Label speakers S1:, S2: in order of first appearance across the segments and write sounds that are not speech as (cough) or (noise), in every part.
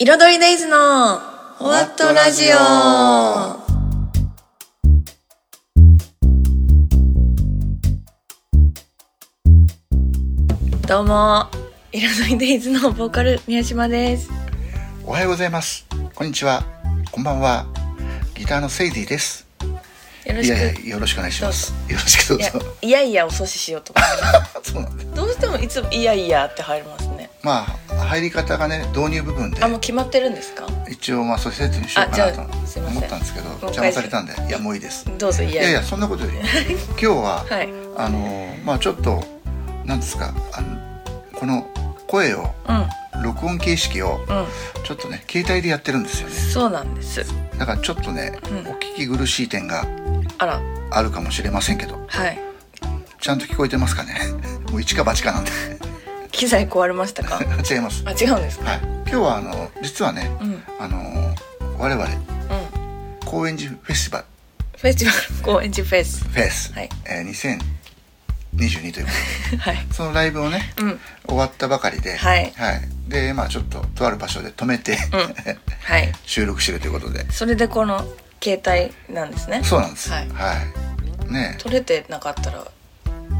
S1: 彩りデイズのホワットラジオどうも彩りデイズのボーカル宮島です
S2: おはようございますこんにちはこんばんはギターのセイディです
S1: よろ
S2: い
S1: しく
S2: やいやよろしくお願いしますよろしくどう
S1: いや
S2: ぞ
S1: いやいやを阻止しようと思って
S2: そうなんだ
S1: どうしてもいつもいやいやって入りますね
S2: まあ入り方がね導入部分で
S1: あもう決まってるんですか
S2: 一応まあそういう説にしようか
S1: あ
S2: な
S1: じ
S2: と
S1: ゃあすいません
S2: 思ったんですけ
S1: う
S2: ど
S1: 一
S2: 邪
S1: 回
S2: 魔されたんでいやもういいです
S1: どうぞい
S2: い
S1: や
S2: や
S1: い
S2: い
S1: や
S2: やそん
S1: (laughs)
S2: なことより今日は
S1: はい
S2: あのーまあちょっとなんですかあのこの声を録音形式を
S1: うんうん
S2: ちょっとね携帯でやってるんですよね
S1: そうなんです
S2: だからちょっとね、
S1: うん
S2: お聞き苦しい点が
S1: あら
S2: あるかもしれませんけど
S1: はい
S2: ちゃんと聞こえてますかね (laughs) もう一か八かなんで (laughs)
S1: 機材壊れました (laughs) か
S2: 違います
S1: あ
S2: はい
S1: 違うんですか
S2: 今日はあの実はね
S1: うんうん
S2: あの我々高円寺フェスティバル
S1: フェスティバル高円寺フェス
S2: フェス、
S1: はい
S2: えー2022ということ
S1: はい
S2: でそのライブをね
S1: うん
S2: 終わったばかりでは
S1: はい
S2: でまあちょっととある場所で止めて、
S1: はい
S2: (laughs) 収録してるということで
S1: それでこの携帯なんですね
S2: そうなんです
S1: はい
S2: はい、ね
S1: 取れてなかったら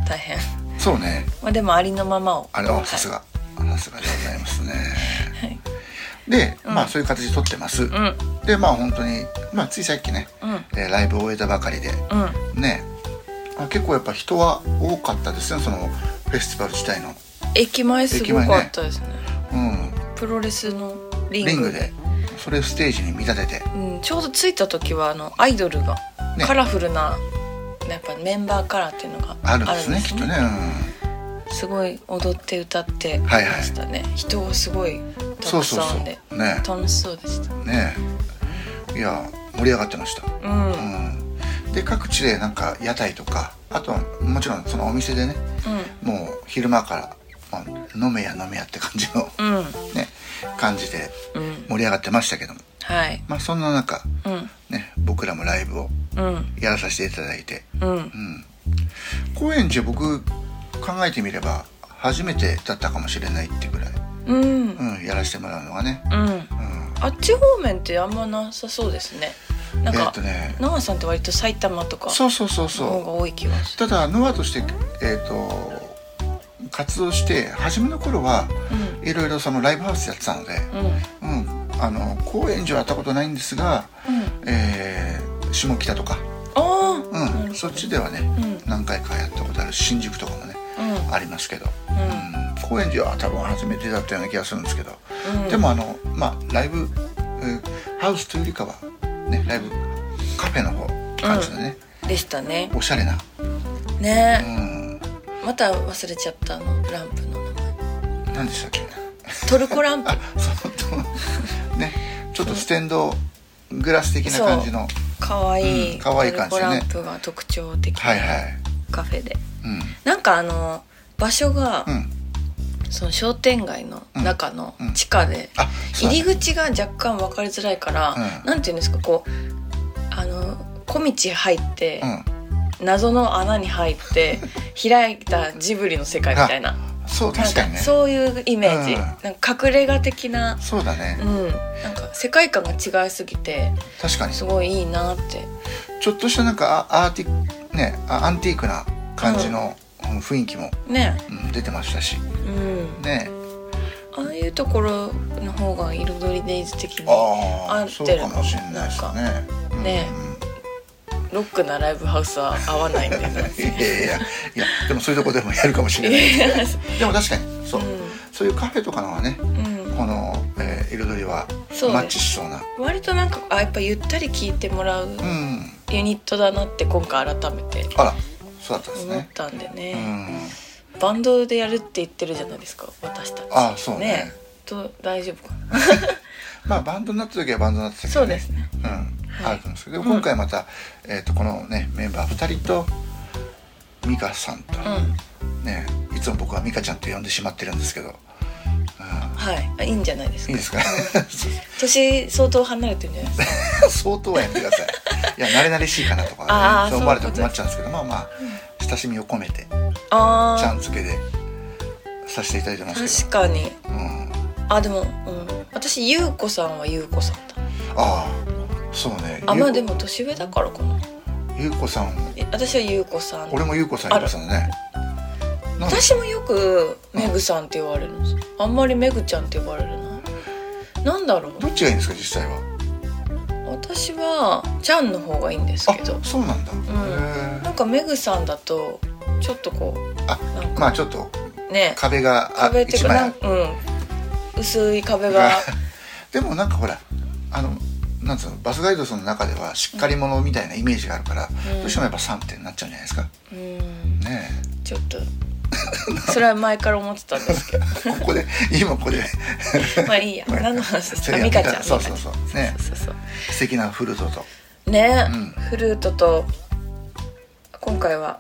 S1: 大変
S2: そうね
S1: まあでもありのままを
S2: あれ
S1: は
S2: はいさすがさすがでございますね
S1: はい
S2: で、
S1: うん
S2: まあそういう形で撮ってます、
S1: うん
S2: でまあ本当にまあついさっきね、
S1: うん
S2: えーライブを終えたばかりで
S1: うん
S2: ねあ結構やっぱ人は多かったですねそのフェスティバル自体の、
S1: 駅前すごかったですね
S2: うん、
S1: プロレスのリング
S2: リングでそれをステージに見立てて
S1: うん、ちょうど着いた時はあのアイドルが、
S2: ね
S1: カラフルなやっぱメンバーカラーっていうのが
S2: あるんですねきっとね、
S1: すごい踊って歌ってま
S2: はいはい
S1: したね、人がすごい
S2: うん、
S1: た
S2: そう
S1: く
S2: そう
S1: さ
S2: そ
S1: ん
S2: う
S1: で
S2: ね
S1: 楽しそうでした
S2: ねいや盛り上がってました、
S1: うん、う
S2: うんん、で各地でなんか屋台とかあとはもちろんそのお店でねもう昼間から、まあ、飲めや飲めやって感じの
S1: うん
S2: ね感じで
S1: うん
S2: 盛り上がってましたけども
S1: はい
S2: まあそんな中
S1: うん
S2: ね僕らもライブを
S1: うん
S2: やらさせていただいて
S1: うん
S2: うん高円寺僕考えてみれば初めてだったかもしれないってぐらい、
S1: うんうん
S2: うん、やらせてもらうのがね、うん、
S1: あっち方面ってあんまなさそうですねなん
S2: えー
S1: か
S2: っとね
S1: 奈良さんって割と埼玉とか
S2: そうそうそう
S1: の方が
S2: そ
S1: 多い気が
S2: う
S1: する
S2: ただノアとしてえーっと活動して初めの頃はいろいろそのライブハウスやってたので、
S1: うんうん
S2: うん、あの高円寺はやったことないんですが、
S1: うん
S2: えー下北とか、
S1: ああ、なるほ
S2: う
S1: ど
S2: ん、そっちではね、
S1: うん
S2: 何回かやったことある新宿とかもね
S1: う
S2: ありますけど、
S1: んうん
S2: うん、高円寺は多分初めてだったような気がするんですけど、
S1: うん
S2: でもあのまあライブ、うんハウスというよりかはねライブカフェの方って感じでね、
S1: でしたね
S2: おしゃれな、う
S1: ね
S2: ん、
S1: また忘れちゃったあのランプの名前
S2: 何でしたっけ
S1: トルコランプ
S2: あそうと (laughs) ねちょっとステンドグラス的な感じの
S1: 可愛い
S2: うん可愛い感じ
S1: トル
S2: ね
S1: コランプが特徴的な
S2: はいはい
S1: カフェで
S2: うん
S1: なんかあの場所が、
S2: うん
S1: その商店街の中の
S2: うんうん
S1: 地下で、
S2: あそうだ
S1: 入り
S2: ね
S1: 口が若干分かりづらいから、
S2: うん
S1: なんていうんですかこうあの小道入って、
S2: うん
S1: 謎の穴に入って
S2: (laughs)
S1: 開いたジブリの世界みたいな
S2: そう
S1: なん
S2: 確かにね
S1: そういうイメージ、
S2: うん
S1: なんか隠れ家的な、
S2: そうだね、
S1: うん、なんか世界観が違いすぎて
S2: 確かに
S1: すごいいいなって
S2: ちょっとしたなんかあアーティねあアンティークな感じの、うん雰囲気も、
S1: ね、
S2: うん、出てましたし
S1: うん、
S2: ね
S1: ああいうところの方が彩りデイズ的に
S2: あ
S1: 合っ
S2: あ
S1: て
S2: そ
S1: る
S2: う
S1: の
S2: かもしれないですねうん
S1: ねロックなライブハウスは合わないんでね
S2: うんいやいやいやいやでもそういうとこでもやるかもし
S1: (laughs)
S2: れ (laughs) ないでも確かにそう、そういうカフェとかのはね
S1: うん、うん
S2: この、えー彩りは
S1: そうね
S2: マッチしそうな
S1: 割となんかあやっぱゆったり聴いてもらう
S2: うん
S1: ユニットだなって今回改めて
S2: あらそうだったんです
S1: 思っ
S2: ね
S1: たんでね
S2: うん
S1: バンドでやるって言ってるじゃないですか私たち
S2: あそうね
S1: と大丈夫かな、
S2: まあバンドになった時はバンドになってたけ
S1: そ
S2: ど
S1: うですね
S2: う
S1: い
S2: ん、あると思うんですけど今回また、えー、とこのねメンバー2人と美香さんと、
S1: う
S2: ねいつも僕は美香ちゃんと呼んでしまってるんですけど、うん
S1: んはいあいいんじゃないです
S2: い
S1: か
S2: いですか (laughs)
S1: 年相当離れてるんじゃないですか
S2: 相当はやめてくださいいや慣れ慣れしいかなと
S1: あ
S2: か、
S1: ー
S2: そう思われて
S1: そういう
S2: も困
S1: こ
S2: っちゃうんですけどまあまあ親しみを込めて (laughs) ちゃ
S1: あ
S2: ん付けでさせていただいてま
S1: あ
S2: す
S1: 確かに
S2: けど、うん、
S1: あでも、うん、私優子さんは優子さんだ
S2: ああそうね
S1: あ
S2: ゆ
S1: まあでも年上だからかな
S2: ゆうこさん
S1: え私は優子さん
S2: 俺もゆうこさんいましたねなん
S1: 私もよくメグさんって言われるんですあんまりメグちゃんって呼ばれるななんだろう
S2: どっちがいいんですか実際は
S1: 私はちゃんの方がいいんですけど
S2: あそうなんだ、へ
S1: なんかメグさんだとちょっとこ
S2: あ
S1: うなん
S2: え
S1: か
S2: まあちょっと
S1: ね
S2: 壁があ
S1: 壁っていう
S2: 一
S1: か
S2: 枚
S1: な
S2: あ
S1: ん
S2: る
S1: うん薄い壁が
S2: (laughs) でもなんかほらあのなんつうのバスガイドさんの中ではしっかり者みたいなイメージがあるから、
S1: うん
S2: どうしてもやっぱ3点になっちゃうんじゃないですか
S1: うん
S2: ね
S1: ちょっとそれは前から思ってたん
S2: (laughs)
S1: ですけど
S2: えここで今ここで
S1: まあいいや何の話です
S2: そ
S1: か
S2: れや
S1: ミカちゃん
S2: そうそうそうね
S1: そうそう
S2: 素敵なフルートと
S1: ね、
S2: うん
S1: フルートと今回は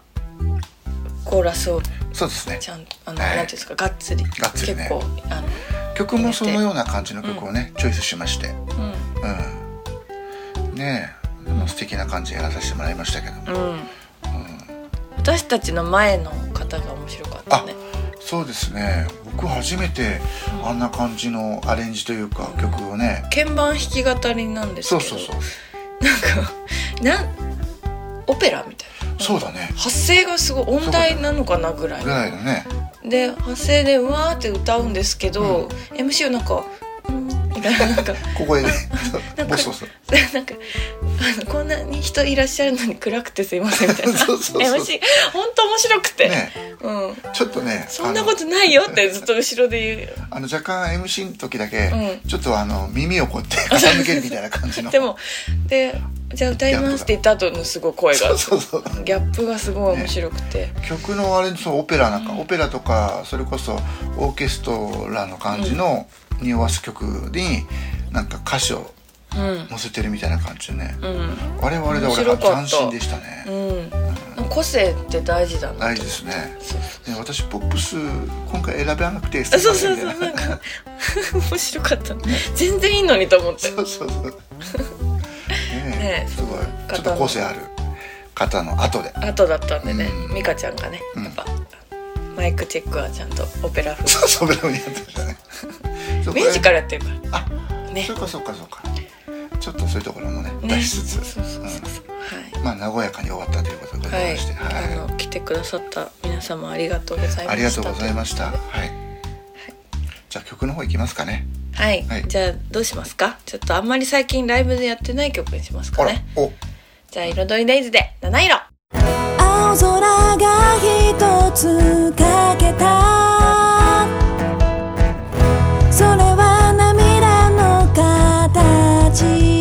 S1: コーラスを
S2: そうですね
S1: ちゃんとあの、
S2: はい
S1: なんていうんですかがっつり
S2: がっつりね
S1: 結構あ
S2: 曲もそのような感じの曲をね、チョイスしまして
S1: の
S2: うんねえでも素敵な感じでやらさせてもらいましたけど
S1: う
S2: も、
S1: ん、うん私たちの前の方が面白かったね
S2: そうですね僕初めてあんな感じのアレンジというか曲をね、
S1: 鍵盤弾き語りなんですけ
S2: そう
S1: ど
S2: そうそう
S1: なんかなんオペラみたいな
S2: そうだね
S1: 発声がすごい音大なのかなぐらい
S2: ぐらいのね
S1: で発声でうわーって歌うんですけど、MC はなんか「うん」みたいななんか (laughs)
S2: ここでね
S1: なん
S2: ボ
S1: か
S2: ソボソ
S1: なんかあのこんなに人いらっしゃるのに暗くてすいませんみたいな
S2: (laughs) そうそうそう
S1: MC 本当面白くて、
S2: ね
S1: うん、
S2: ちょっとね
S1: そんなことないよってずっと後ろで言う
S2: あのあの若干 MC の時だけ、
S1: うん
S2: ちょっとあの耳をこうやって傾けるみたいな感
S1: (laughs)
S2: じの
S1: でもでじゃあ歌いますって言った後のすごい声
S2: そ
S1: が
S2: うそうそう
S1: ギャップがすごい面白くて、
S2: 曲のアレンジそうオペラなんか、オペラとかそれこそオーケストラの感じの匂わす曲になんか歌詞を
S1: うん
S2: 載せてるみたいな感じでね、
S1: うん
S2: 我々で
S1: 面
S2: 俺
S1: 白か
S2: は
S1: った
S2: 斬新でしたね、
S1: うん個性って大事だな
S2: 大事ですね
S1: そう
S2: ね私ポップス今回選べなくて
S1: あそうそうそう
S2: みたい
S1: なん
S2: な
S1: か面白かった全然いいのにと思って
S2: そうそうそうね
S1: ね
S2: え
S1: え
S2: すごい
S1: その方の
S2: ちょっと個性ある方の後で
S1: 後だったんでね
S2: うん
S1: 美香ちゃんがね
S2: うん
S1: やっぱマイクチェックはちゃんとオペラ風
S2: そうそうそうにやってましたねそ
S1: (laughs)
S2: こ
S1: ミ
S2: へ
S1: ュージカルやってるか
S2: あ
S1: らね
S2: そうかそうかそうかちょっとそういうところもね
S1: ね
S2: 出しつつ、
S1: そうそうそうそうはい
S2: うんまあ和やかに終わったということでござい
S1: はい
S2: まして、はい
S1: あの来てくださった皆様ありがとうございました
S2: ありがとうございましたはいじゃあ曲の方いきますかね
S1: はい、
S2: はい
S1: じゃあどうしますかちょっとあんまり最近ライブでやってない曲にします
S2: あ
S1: からね
S2: お
S1: じゃあ彩りデイズで七色
S3: 青空が一つかけたそれは涙の形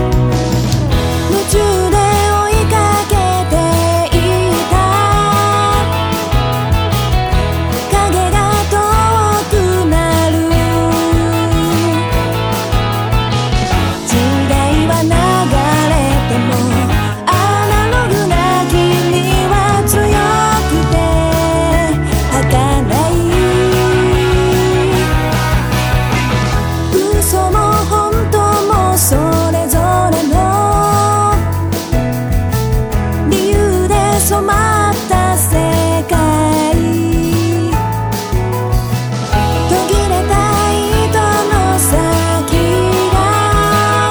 S3: 夢中で追いかけていた影が遠くなる時代は流れてもアナログな君は強くて儚い嘘も本当もそれぞれの理由で染まった世界途切れた糸の先が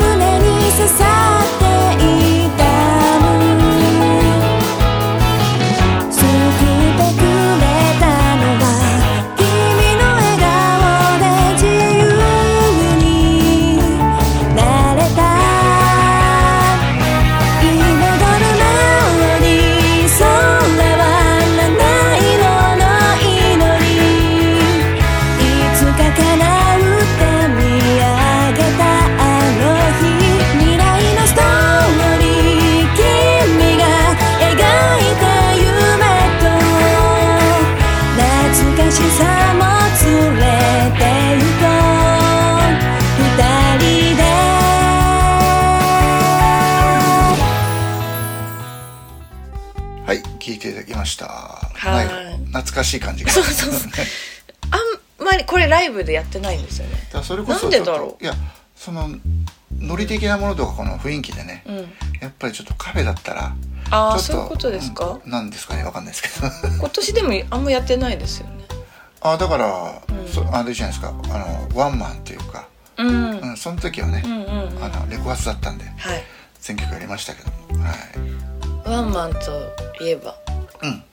S3: 胸に刺さっていたの「救ってくれたのは君の笑顔で自由になれた」「彩るように空は七色の祈り」「いつか叶うって見上げたあの日」「未来のストーリー」「君が描いた夢と」「懐かしさも連れて行こう」「二人で」
S2: はい聞いていただきました
S1: はい
S2: 懐かしい感じが (laughs)
S1: そうそうそうあんままりこれライブでやってないんですよね
S2: からそれこそ
S1: なんでだろう
S2: ちょっといやそのノリ的なものとかこの雰囲気でね、
S1: うん
S2: やっぱりちょっとカフェだったら
S1: ああ
S2: ちょっ
S1: そういうことですか、
S2: うんなんですかねわかんないですけど (laughs)
S1: 今年でもあんまやってないですよね
S2: あだから、
S1: うん
S2: そあれじゃないですかあのワンマンというか、
S1: うん、うん、う
S2: うんん、その時はね、
S1: うんうん
S2: あ
S1: は
S2: のレコ発だったんで
S1: い
S2: 選曲やりましたけどもはい
S1: ワンマンといえば
S2: うん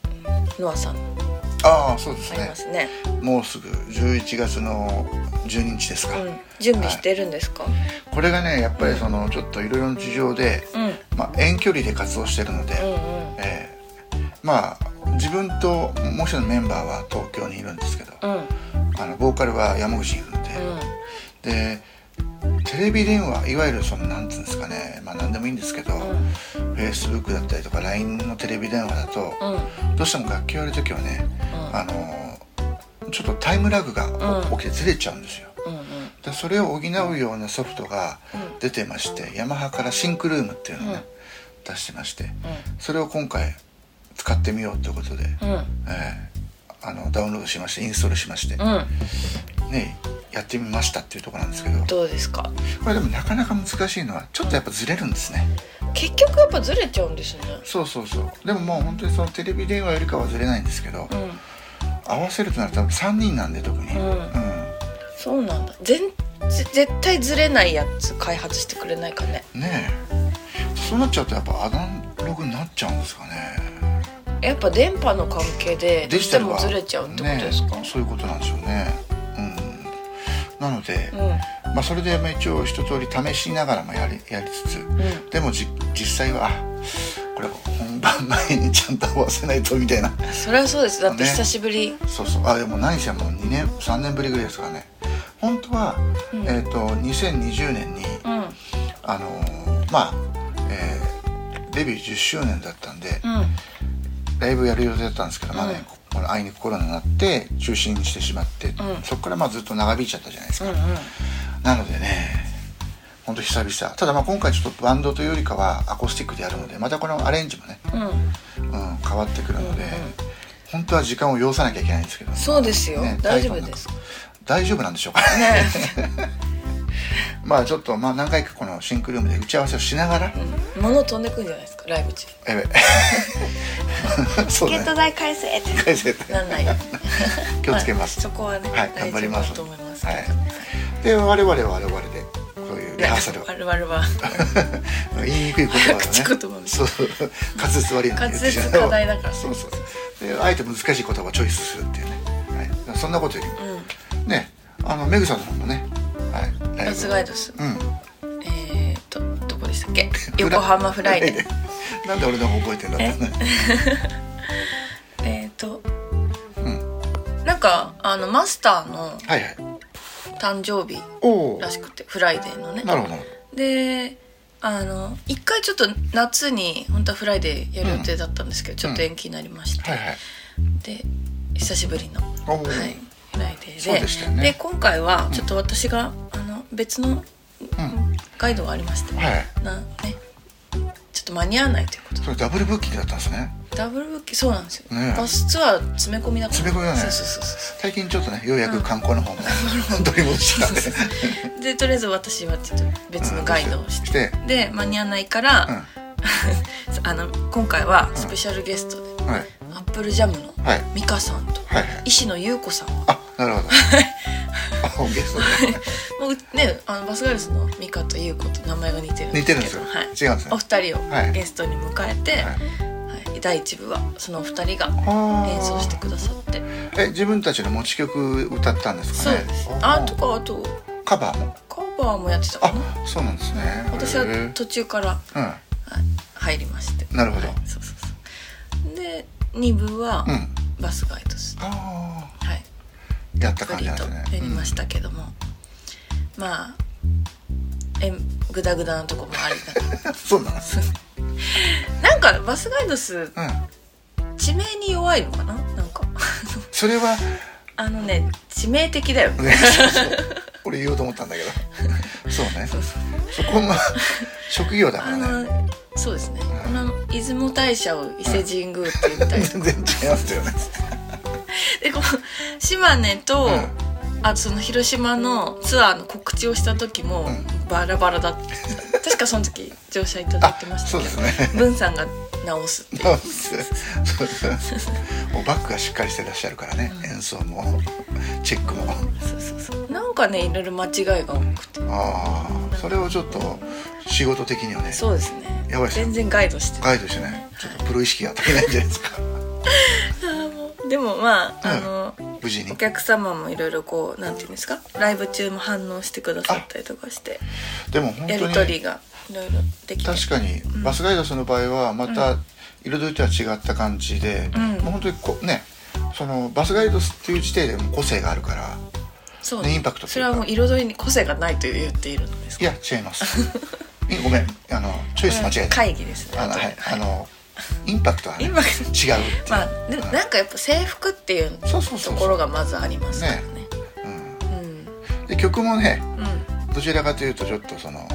S1: ノアさんあ
S2: ああそうです
S1: り
S2: ね
S1: ますね
S2: もうすぐ11月の12日ですか、
S1: うん準備してるんですか、
S2: これがねやっぱりそのちょっといろいろな事情で、
S1: うん、うん
S2: まあ、遠距離で活動してるので、
S1: うん
S2: えーまあ自分ともう一人のメンバーは東京にいるんですけど、
S1: うん
S2: あのボーカルは山口にいるので、でテレビ電話いわゆるそのなんていうんですかねまあ何でもいいんですけど、Facebook だったりとか LINE のテレビ電話だと、
S1: うんうん
S2: どうしても楽器をやる時はね、
S1: うん
S2: あのちょっとタイムラグが
S1: うん
S2: 起きてずれちゃうんですよ。
S1: うん
S2: でそれを補うようなソフトが出てまして、ヤマハからシンクルームっていうのをね、出してましてそれを今回使ってみようということで、
S1: うんうん
S2: えーあのダウンロードしましてインストールしまして、
S1: うん
S2: ねやってみましたっていうところなんですけど
S1: どうですか
S2: これでもなかなか難しいのはちょっとやっぱずれるんですね、
S1: 結局やっぱずれちゃうんですね
S2: そうそうそうでももう本当にそのテレビ電話よりかはずれないんですけど、
S1: うん
S2: 合わせるとなると多分3人なんで特に、
S1: うんそうなんだ全ぜ絶対ずれないやつ開発してくれないかね
S2: うんねえそうなっちゃうとやっぱアナログになっちゃうんですかね
S1: やっぱ電波の関係でどうしてもずれちゃうってことですか、
S2: ねそういうことなんですよねうんなので、
S1: うん
S2: まあ、それでまあ一応一通り試しながらもやりやりつつ、
S1: ん
S2: でもじ実際はあこれ本番前にちゃんと合わせないとみたいな
S1: それはそうですだって
S2: ね
S1: 久しぶり、
S2: そうそうあでも何せもう2年3年ぶりぐらいですからね本当は、
S1: うん
S2: えっ、と2020年に、
S1: うんうん
S2: あのーまあ、えーデビュー10周年だったんで、ライブやる予定だったんですけど、まあ
S1: うん
S2: ねここのあいにくコロナになって中止にしてしまって、
S1: うん
S2: そこからまあずっと長引いちゃったじゃないです
S1: うん
S2: か、
S1: うん
S2: なのでねほんと久々ただまあ今回ちょっとバンドというよりかはアコースティックでやるのでまたこのアレンジもね、
S1: うん
S2: うん、変わってくるの
S1: うんう
S2: で、
S1: ん
S2: 本当は時間を要さなきゃいけないんですけど
S1: そうですよ大丈夫です
S2: 大丈夫なんでしょうかね
S1: ね
S2: (laughs) まあちょっとまあ何回かこのシンクルームで打ち合わせをしながら、
S1: え物飛んでくんじゃないですかライブ中
S2: え (laughs) えそうだね
S1: 代返せって
S2: 返せって
S1: なんない
S2: 気をつけます、
S1: そこはね、
S2: はい頑張ります
S1: 大丈夫だと思いますけど、
S2: はい、 (laughs) で我々は我々でこういうリハー
S1: (laughs)
S2: サルを
S1: 我々は
S2: 言いにくい言葉をね
S1: 口言葉みたい
S2: そう滑舌悪いのに言ってしまう
S1: 滑舌課題だから
S2: そうそうであえて難しい言葉をチョイスするっていうね、はい、そんなことよりも
S1: うん
S2: ねあのメグさんの方もねはい
S1: バスガイドス
S2: うん
S1: えー、とどこでしたっけ横浜フライデー
S2: ー (laughs) なんで俺の方覚えてんだってね
S1: えっと
S2: うん
S1: なんかあのマスターの
S2: はいはい
S1: 誕生日
S2: おお
S1: らしくてフライデーのね
S2: なるほどなる
S1: であの一回ちょっと夏に本当はフライデーやる予定だったんですけど、ちょっと延期になりまし
S2: ほ
S1: て、
S2: どはいはい
S1: で久しぶりの、は
S2: おお、
S1: い、フライデーで
S2: そうでしたよね
S1: で今回はちょっと私が、あの別の
S2: うん
S1: ガイドがありまして、
S2: はい
S1: なねちょっと間に合わないということ
S2: それダブルブッキングだったんですね
S1: ダブルブッキそうなんですよ、
S2: ねえ
S1: バスツアー詰め込みだから
S2: 詰め込みだね
S1: そうそうそうそ
S2: 最近ちょっとねようやく観光の
S1: (laughs)
S2: 方も取り戻したんで
S1: うでとりあえず私はちょっと別のガイドをして、
S2: して
S1: で間に合わないから、 (laughs) あの今回はスペシャルゲストで、
S2: うんはい
S1: アップルジャムの
S2: はい
S1: 美香さんと、
S2: はいはい
S1: 石野優子さん
S2: あなるほどあ本ゲストで
S1: もうねあのバスガールズの美香と優子と名前が似てるんですけど
S2: 似てるんですよ
S1: はい、
S2: 違うんですね
S1: お二人
S2: はい
S1: をゲストに迎えて、
S2: は
S1: はいい第一部はそのお二人が
S2: あー
S1: 演奏してくださって
S2: え自分たちの持ち曲歌ったんです
S1: そ
S2: か
S1: う
S2: ね
S1: です
S2: あ
S1: あとかあと
S2: カバーも
S1: カバーもやってたか
S2: あ
S1: な
S2: そうなんですね
S1: 私
S2: へ
S1: は
S2: え
S1: 途中からはい
S2: うん
S1: 入りまして
S2: なるほど
S1: はいそうそうそうで2部は
S2: うん
S1: バスガイドス、
S2: ああ
S1: はい
S2: やった
S1: たっ
S2: 感
S1: ぷ
S2: じ
S1: り
S2: なんで
S1: と
S2: すね
S1: やりましたけども、まあえグダグダなとこもありなが
S2: うんそうなんです
S1: らなんかバスガイドス
S2: うん
S1: 地名に弱いのかななんか (laughs)
S2: それは
S1: あのね致命的だよね
S2: ねそうそう俺言おうと思ったんだけどそうね
S1: そうそう
S2: そこも職業だか
S1: あ
S2: らね
S1: のそうですねこの出雲大社を伊勢神宮って言ったりとか
S2: 全然違いますよね
S1: でこの島根と、
S2: うん
S1: あその広島のツアーの告知をした時もバラバラだった、確かその時乗車いただいてました
S2: そう
S1: け
S2: です
S1: ど、
S2: ね
S1: 文さんが直すっていう
S2: そうですそうですもうバックがしっかりしてらっしゃるからね、演奏もチェックも
S1: そうそうそうなんかねいろいろ間違いが多くて
S2: ああそれをちょっと仕事的にはね
S1: そうですね
S2: やばいっすね
S1: 全然ガイドしてない
S2: ガイドしてねちょっとプロ意識が足りないんじゃないですか
S1: あーもうでもまあ、あの
S2: 無事に
S1: お客様もいろいろこうなんていうんですかライブ中も反応してくださったりとかして
S2: でも本
S1: や
S2: 当
S1: り取
S2: に
S1: りがいろいろできて
S2: 確かにバスガイドさんの場合はまた彩りとは違った感じで、
S1: ん
S2: もう本当にこうねそのバスガイドっていう時点でもう個性があるから
S1: そう
S2: ねインパクトというか
S1: それはもう彩りに個性がないと言っているのです
S2: いや違います
S1: (laughs)
S2: いごめんあのチョイス間違えた、
S1: 会議ですね
S2: あの
S1: と
S2: はい
S1: は
S2: あのインパクトは、ね、
S1: イ
S2: 違
S1: ン
S2: う
S1: パ
S2: っ
S1: クト
S2: ていう、
S1: まあでもなんかやっぱ制服っていう
S2: そうそうそうそう
S1: ところがまずありますからねうん
S2: うん、で曲もね
S1: うん
S2: どちらかというとちょっとその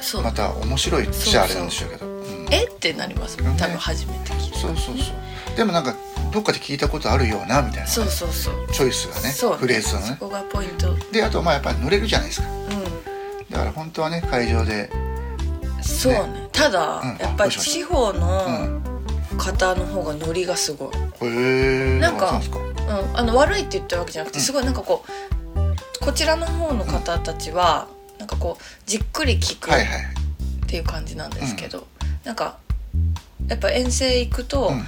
S1: そう、
S2: また面白いっちゃあれなんでしょうけどうん
S1: えってなりますもん多分
S2: ね
S1: 初めて聞いた、
S2: そうそうそうでもなんかどっかで聞いたことあるようなみたいな
S1: そうそうそう
S2: チョイスがね
S1: そう
S2: フレーズの
S1: そ
S2: ね
S1: こがポイントうん
S2: であとまあやっぱり乗れるじゃないですかだから本当はね会場で
S1: そうねただ、
S2: うん
S1: やっぱ
S2: どう
S1: り
S2: しました
S1: 地方
S2: う
S1: の
S2: ん
S1: 方の方がノリがすごい、うん
S2: へえ
S1: なんか
S2: そうなんです
S1: あの悪いって言ってるわけじゃなくて、
S2: うん
S1: すごいなんかこうこちらの方の方たちは、なんかこうじっくり聞く
S2: かはいはいはい
S1: っていう感じなんですけど、なんかやっぱ遠征行くと、
S2: うん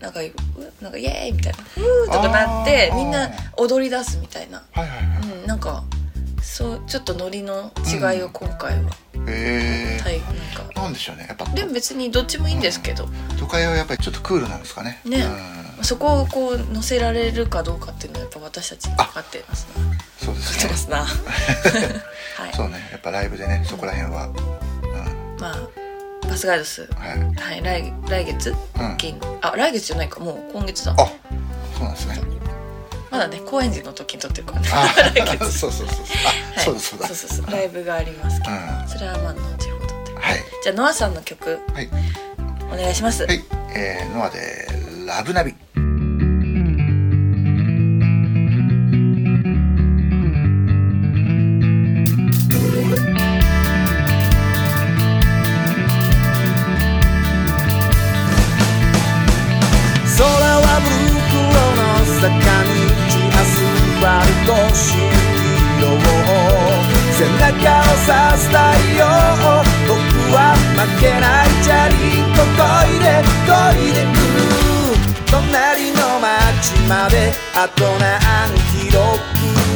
S1: なんかうなんかイエーイみたいな「うー」とかなって
S2: あー
S1: みんな踊り出すみたいな、
S2: はいはいは
S1: うん、なんかそうちょっとノリの違いを今回は、
S2: いへ
S1: はいなんか
S2: えなんでしょうねやっぱ
S1: でも別にどっちもいいんですけど、
S2: 都会はやっぱりちょっとクールなんですかね
S1: ね
S2: うん
S1: そこをこう乗せられるかどうかっていうのはやっぱ私たちにかかってますなか
S2: そうで
S1: かっ
S2: す
S1: て
S2: ね
S1: ますなはい
S2: そうねやっぱライブでねそこら辺はうん
S1: まあバスガイドス
S2: はい
S1: はい来来月、
S2: うん
S1: 金あ来月じゃないかもう今月だ
S2: あそうなんですね
S1: まだね高円寺の時に撮ってるからね
S2: あ
S1: (laughs) 来月
S2: (laughs) そうそうそうそうあ
S1: はい
S2: そうだそうだ
S1: そうそうそうライブがありますけ
S2: う
S1: ど、
S2: んは
S1: それはまあ後ほどと
S2: い
S1: じゃあノアさんの曲
S2: はい
S1: お願いします、
S2: はい、えー、ノアでラブナビ。
S4: 空はブルー黒の坂道アスファルト新色背中を刺す太陽僕は負けないチャリンコ漕いで漕いでく隣の町まであと何キロ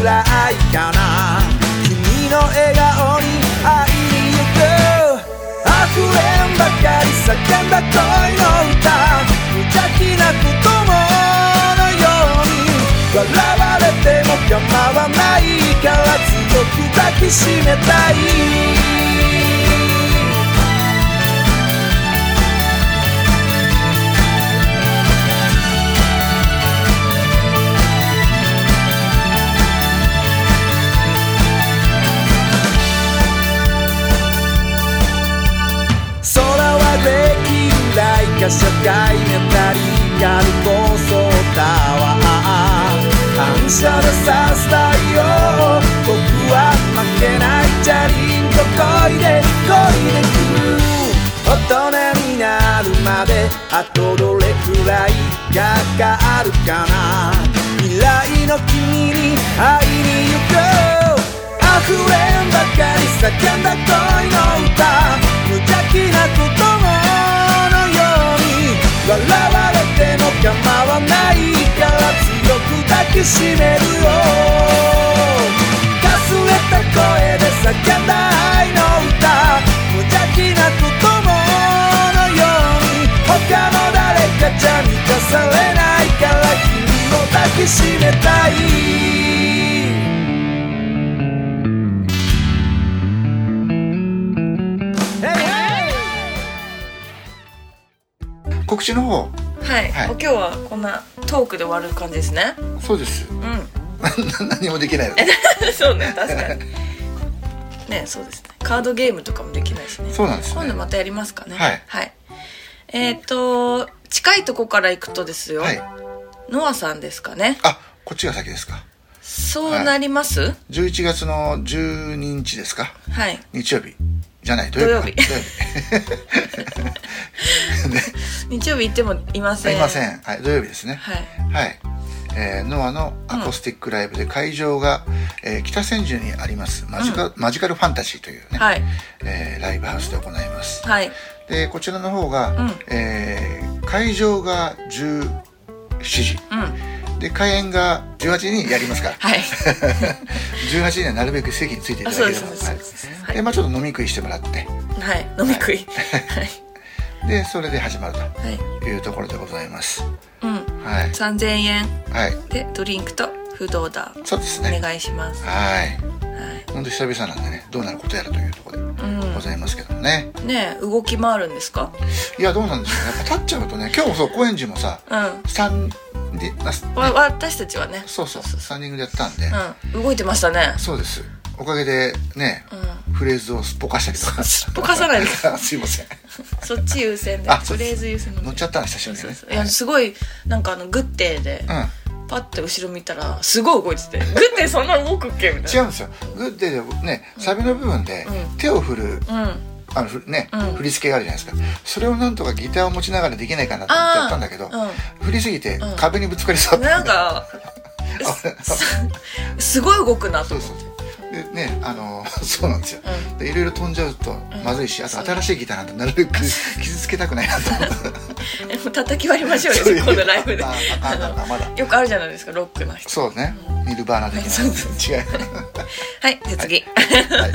S4: くらいかな君の笑顔に会いに行く溢れんばかり叫んだ恋の歌無邪気な子供のように笑われても構わないから強く抱きしめたい空はで近代化社会メタリカル高層タワー反射で刺す太陽僕は負けないチャリンコ漕いで漕いでく大人になるまであとどれくらいかかるかな未来の君に会いに行こう溢れんばかり叫んだ恋の歌無邪気な子供のように笑われても構わないから強く抱きしめるよかすれた声で叫んだ愛の歌無邪気な子供のように他の誰かじゃ満たされないから君を抱きしめたい
S2: 告知の方、
S1: はい、
S2: はい
S1: もう今日はこんなトークで終わる感じですね (laughs)
S2: そうです。
S1: うん
S2: (laughs) 何もできないの。
S1: そうね確かにねそうですねカードゲームとかもできないしね
S2: そうなんですね
S1: 今度またやりますかね
S2: はい
S1: えっ、と近いとこから行くとですよ、
S2: はい。
S1: ノアさんですかね
S2: あ、こっちが先ですか。
S1: そうなりますはい、
S2: 11月の12日ですか日曜日じゃない土曜日か
S1: 土 (laughs) 曜日曜日行ってもいま
S2: 土
S1: せ
S2: 曜日
S1: ん
S2: いません、はい、土曜日ですね
S1: はい
S2: はい、えーノアのアコースティックライブで会場が、えー北千住にありますマジカ,、マジカルファンタジーというね、
S1: はい
S2: えーライブハウスで行います、
S1: はい
S2: でこちらの方が、
S1: うん
S2: えー会場が17時
S1: うん
S2: で開演が18時にやりますから、 (laughs)
S1: はい
S2: 18時にはなるべく席についていた
S1: あ
S2: だ
S1: そう
S2: け
S1: で
S2: れ
S1: す
S2: ば
S1: そうですそうです
S2: は
S1: はいい
S2: でまあちょっと飲み食いしてもらって
S1: はい飲み食いは
S2: でそれで始まる
S1: いはい
S2: というところでございます
S1: うん
S2: はい
S1: 3000円
S2: はい
S1: でドリンクとフードオーダー
S2: そうです
S1: お
S2: ね
S1: 願いします
S2: はい
S1: は
S2: ほんと久々なんでねどうなることやらというところでございますけどね、
S1: いねえ動き回るんですか
S2: いやどうなんでしょうねやっぱ立っちゃうとね今日もそう高円寺もさ
S1: うんわ
S2: スタンディあす
S1: 私たちはね
S2: そうそうスタンディングでやったんで、
S1: うん動いてましたね
S2: そうですおかげでね、
S1: う
S2: フレーズをすっぽかしたりとか
S1: すっぽかさないで
S2: (laughs) すいません
S1: そっち優先で
S2: あそ
S1: と
S2: うです
S1: りあえず優先
S2: 乗っちゃったの久し
S1: そ
S2: ぶ
S1: う
S2: りに
S1: そうそう
S2: ね
S1: いやすごいなんかあのグッテーで
S2: うん
S1: パッて後ろ見たらすごい動いててグッテーそんな動くっけみたい
S2: 違うんですよグッデーでねサビの部分で
S1: うん
S2: 手を振る
S1: なうん
S2: あのふね、
S1: うん
S2: 振り付けがあるじゃないですかそれをなんとかギターを持ちながらできないかなと思ってやったんだけど、
S1: あ
S2: 振りすぎて
S1: うん
S2: 壁にぶつかりそうだ
S1: な
S2: っ
S1: ん
S2: たで
S1: かすすごい動くなと
S2: そう
S1: 思っ
S2: そう
S1: て
S2: でねあの (laughs) そうなんですよ、
S1: うん
S2: でいろいろ飛んじゃうとまずいし、あと新しいギターなんてなる
S1: (laughs)
S2: べく傷つけたくないなと思って
S1: えもう叩き割りましょうよ
S2: そういう
S1: 今度ライブで
S2: あああああまだ
S1: よくあるじゃないですかロックの人
S2: そうね、ミルバーナ的
S1: そうそう
S2: な違う
S1: はいじゃあ次、
S2: はい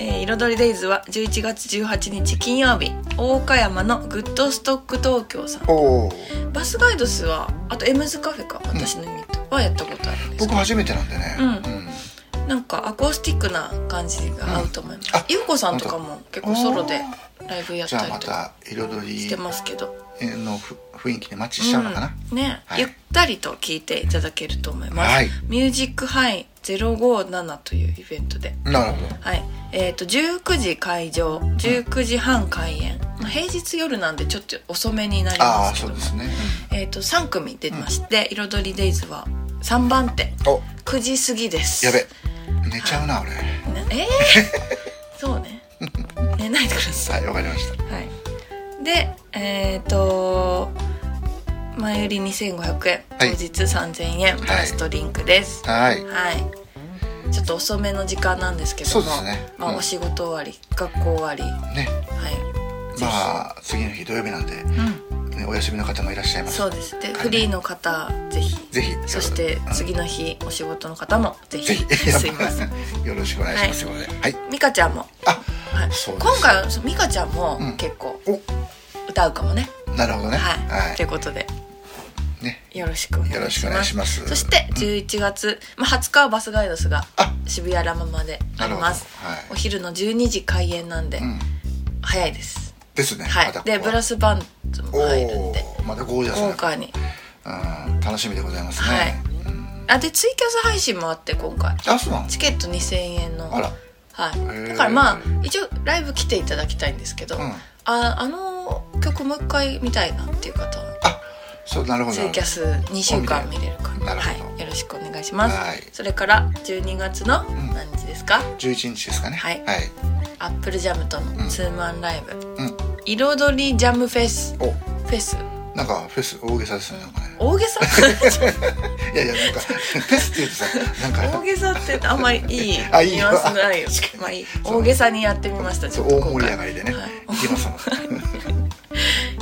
S1: えー彩りデイズは11月18日金曜日大岡山のグッドストック東京さん
S2: おお
S1: バスガイドスはあとエムズカフェか私のユニットはやったことあるんです
S2: 僕
S1: け
S2: 初めてなんでね
S1: うんどなんかアコースティックな感じが合うと思います
S2: うんあ
S1: ゆうこさんとかも結構ソロでライブやっ
S2: じゃ
S1: た
S2: あ
S1: り
S2: ま
S1: とか
S2: た彩
S1: してますけど
S2: りのふ雰囲気にマッチしちゃうのかな、
S1: うんね、
S2: はい
S1: ゆったりと聞いていただけると思います、
S2: はい
S1: ミュージックハイ057というイベントで
S2: なるほど
S1: はいえー、と19時会場19時半開演、まあ平日夜なんでちょっと遅めになり
S2: あ
S1: ま
S2: あ
S1: す
S2: そ
S1: け
S2: う
S1: ど
S2: ですね、
S1: えー、と3組出まして「彩りデイズ」は3番手
S2: うんお
S1: 9時過ぎです
S2: やべ寝ちゃうな俺
S1: ね
S2: は
S1: えー、 (laughs) そうね寝ないでください
S2: いわかりました
S1: はい、でえっ、と前売り2500円当
S2: はい
S1: 日3000円、ラストリンクです
S2: はい
S1: はい、ちょっと遅めの時間なんですけども
S2: そうですね
S1: まあ、
S2: うん
S1: お仕事終わり学校終わりは
S2: ね
S1: い、
S2: まあ次の日土曜日なんで、ね、お休みの方もいらっしゃいます
S1: そうですでフリーの方ぜひ
S2: ぜひ
S1: そして次の日お仕事の方もぜひ
S2: ぜひ
S1: すいません
S2: (laughs) よろしくお願いします、はい、はい
S1: 美香ちゃんも、
S2: あ
S1: はい、
S2: そう
S1: 今
S2: です
S1: 回はそう美香ちゃんも
S2: うん
S1: 結構
S2: お
S1: 歌うかもね、
S2: なるほどね
S1: はい、
S2: は
S1: ということで
S2: いね
S1: よろしくお願いします
S2: よろしくお願いします
S1: そして11月、まあ、20日はバスガイドスが
S2: あ
S1: 渋谷ラママであります、
S2: なるほどはい
S1: お昼の12時開演なんで、
S2: うん
S1: 早いです
S2: ですね、
S1: はい、
S2: またここ
S1: でブラスバンド
S2: お
S1: も入るんで
S2: おまたゴージャス
S1: 今
S2: な
S1: 回に
S2: うん、楽しみでございますね、
S1: はい
S2: うん
S1: あでツイキャス配信もあって今回
S2: あそうなの
S1: チケット2000円の
S2: あら
S1: はい、
S2: へー
S1: だからまあ一応ライブ来ていただきたいんですけど、
S2: うん
S1: ああの曲もう一回見たいなっていう方は
S2: あそうなるほど
S1: ツイキャス2週間見れるから、
S2: なる
S1: は
S2: ほど
S1: い、よろしくお願いします、
S2: はい
S1: それから12月の
S2: ん
S1: 何日ですか、
S2: 11日ですかね
S1: はい
S2: はい、
S1: アップルジャムとのツーマンライブ、
S2: うん
S1: 彩りジャムフェスフ
S2: お
S1: ェス
S2: なんかフェス大げさですねなんかね
S1: 大げ
S2: (laughs)
S1: さ
S2: いやいやなん
S1: (laughs)
S2: かフェスって言うとさなんか
S1: 大げさってあんまりいい
S2: (laughs) あいい
S1: ニュアンスない
S2: (laughs)
S1: よまあいい大げさにやってみましたち
S2: そ
S1: ょ
S2: う
S1: っと
S2: 大
S1: 今
S2: 盛り上
S1: 回
S2: がりでね、
S1: はい
S2: 行
S1: (laughs)
S2: きますもん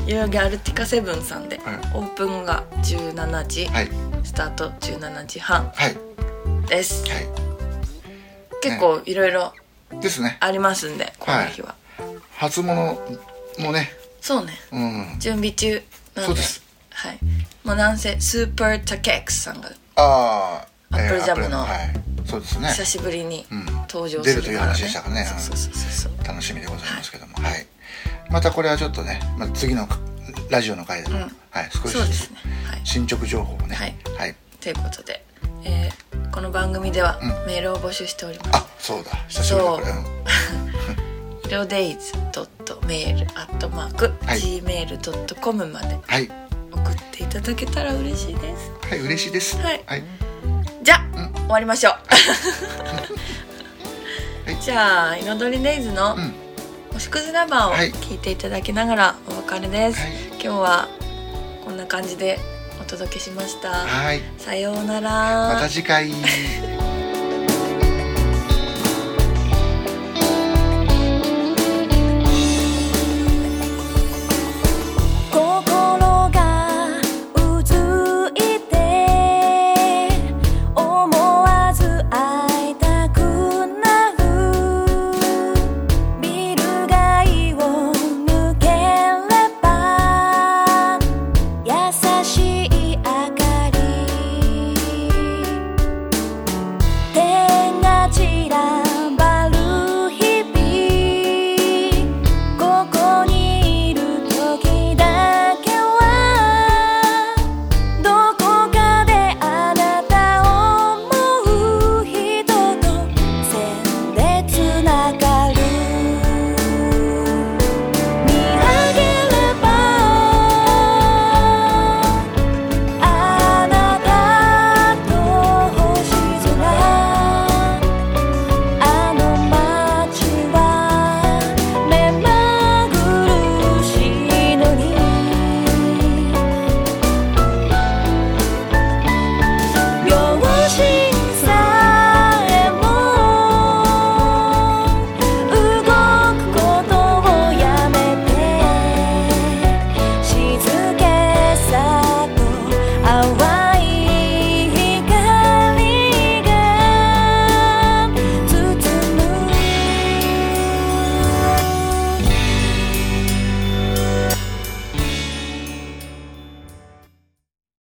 S1: 代々木アルティカセブンさんで、
S2: はい
S1: オープンが17時、
S2: はい
S1: スタート17時半
S2: はい
S1: です
S2: は
S1: 結構いろいろ
S2: いですね
S1: ありますんでこの日は、
S2: 初物もね
S1: そうね
S2: うん
S1: 準備中なん
S2: そうです
S1: はいもうなんせスーパータケックスさんが
S2: ああ
S1: アップルジャムの
S2: はいそうですね
S1: 久しぶりに
S2: ん
S1: 登場するから、ね
S2: 出るという話でしたからね
S1: そうそうそうそう
S2: 楽しみでございますけども、はいまたこれはちょっとね、まあ、次のラジオの回でも、
S1: うん
S2: はい、少し
S1: そう
S2: ず
S1: で
S2: つ
S1: すねはい
S2: 進捗情報をね
S1: はい
S2: はい、
S1: ということで、えーこの番組では
S2: うん
S1: メールを募集しております、
S2: あそうだ久しぶりだこれ
S1: そう
S2: うん
S1: いろデイズドットメールアットマーク
S2: はい
S1: gmail ドットコムまで
S2: はい
S1: 送っていただけたら嬉しいです。
S2: はい嬉しいです
S1: はい
S2: はい、
S1: でじゃあ終わりましょう
S2: はい
S1: (laughs) じゃあ彩りデイズの
S2: うん
S1: 「星屑ラバー」を
S2: はい
S1: 聞いていただきながらお別れです、
S2: はい
S1: 今日はこんな感じでお届けしました
S2: はい
S1: さようなら
S2: また次回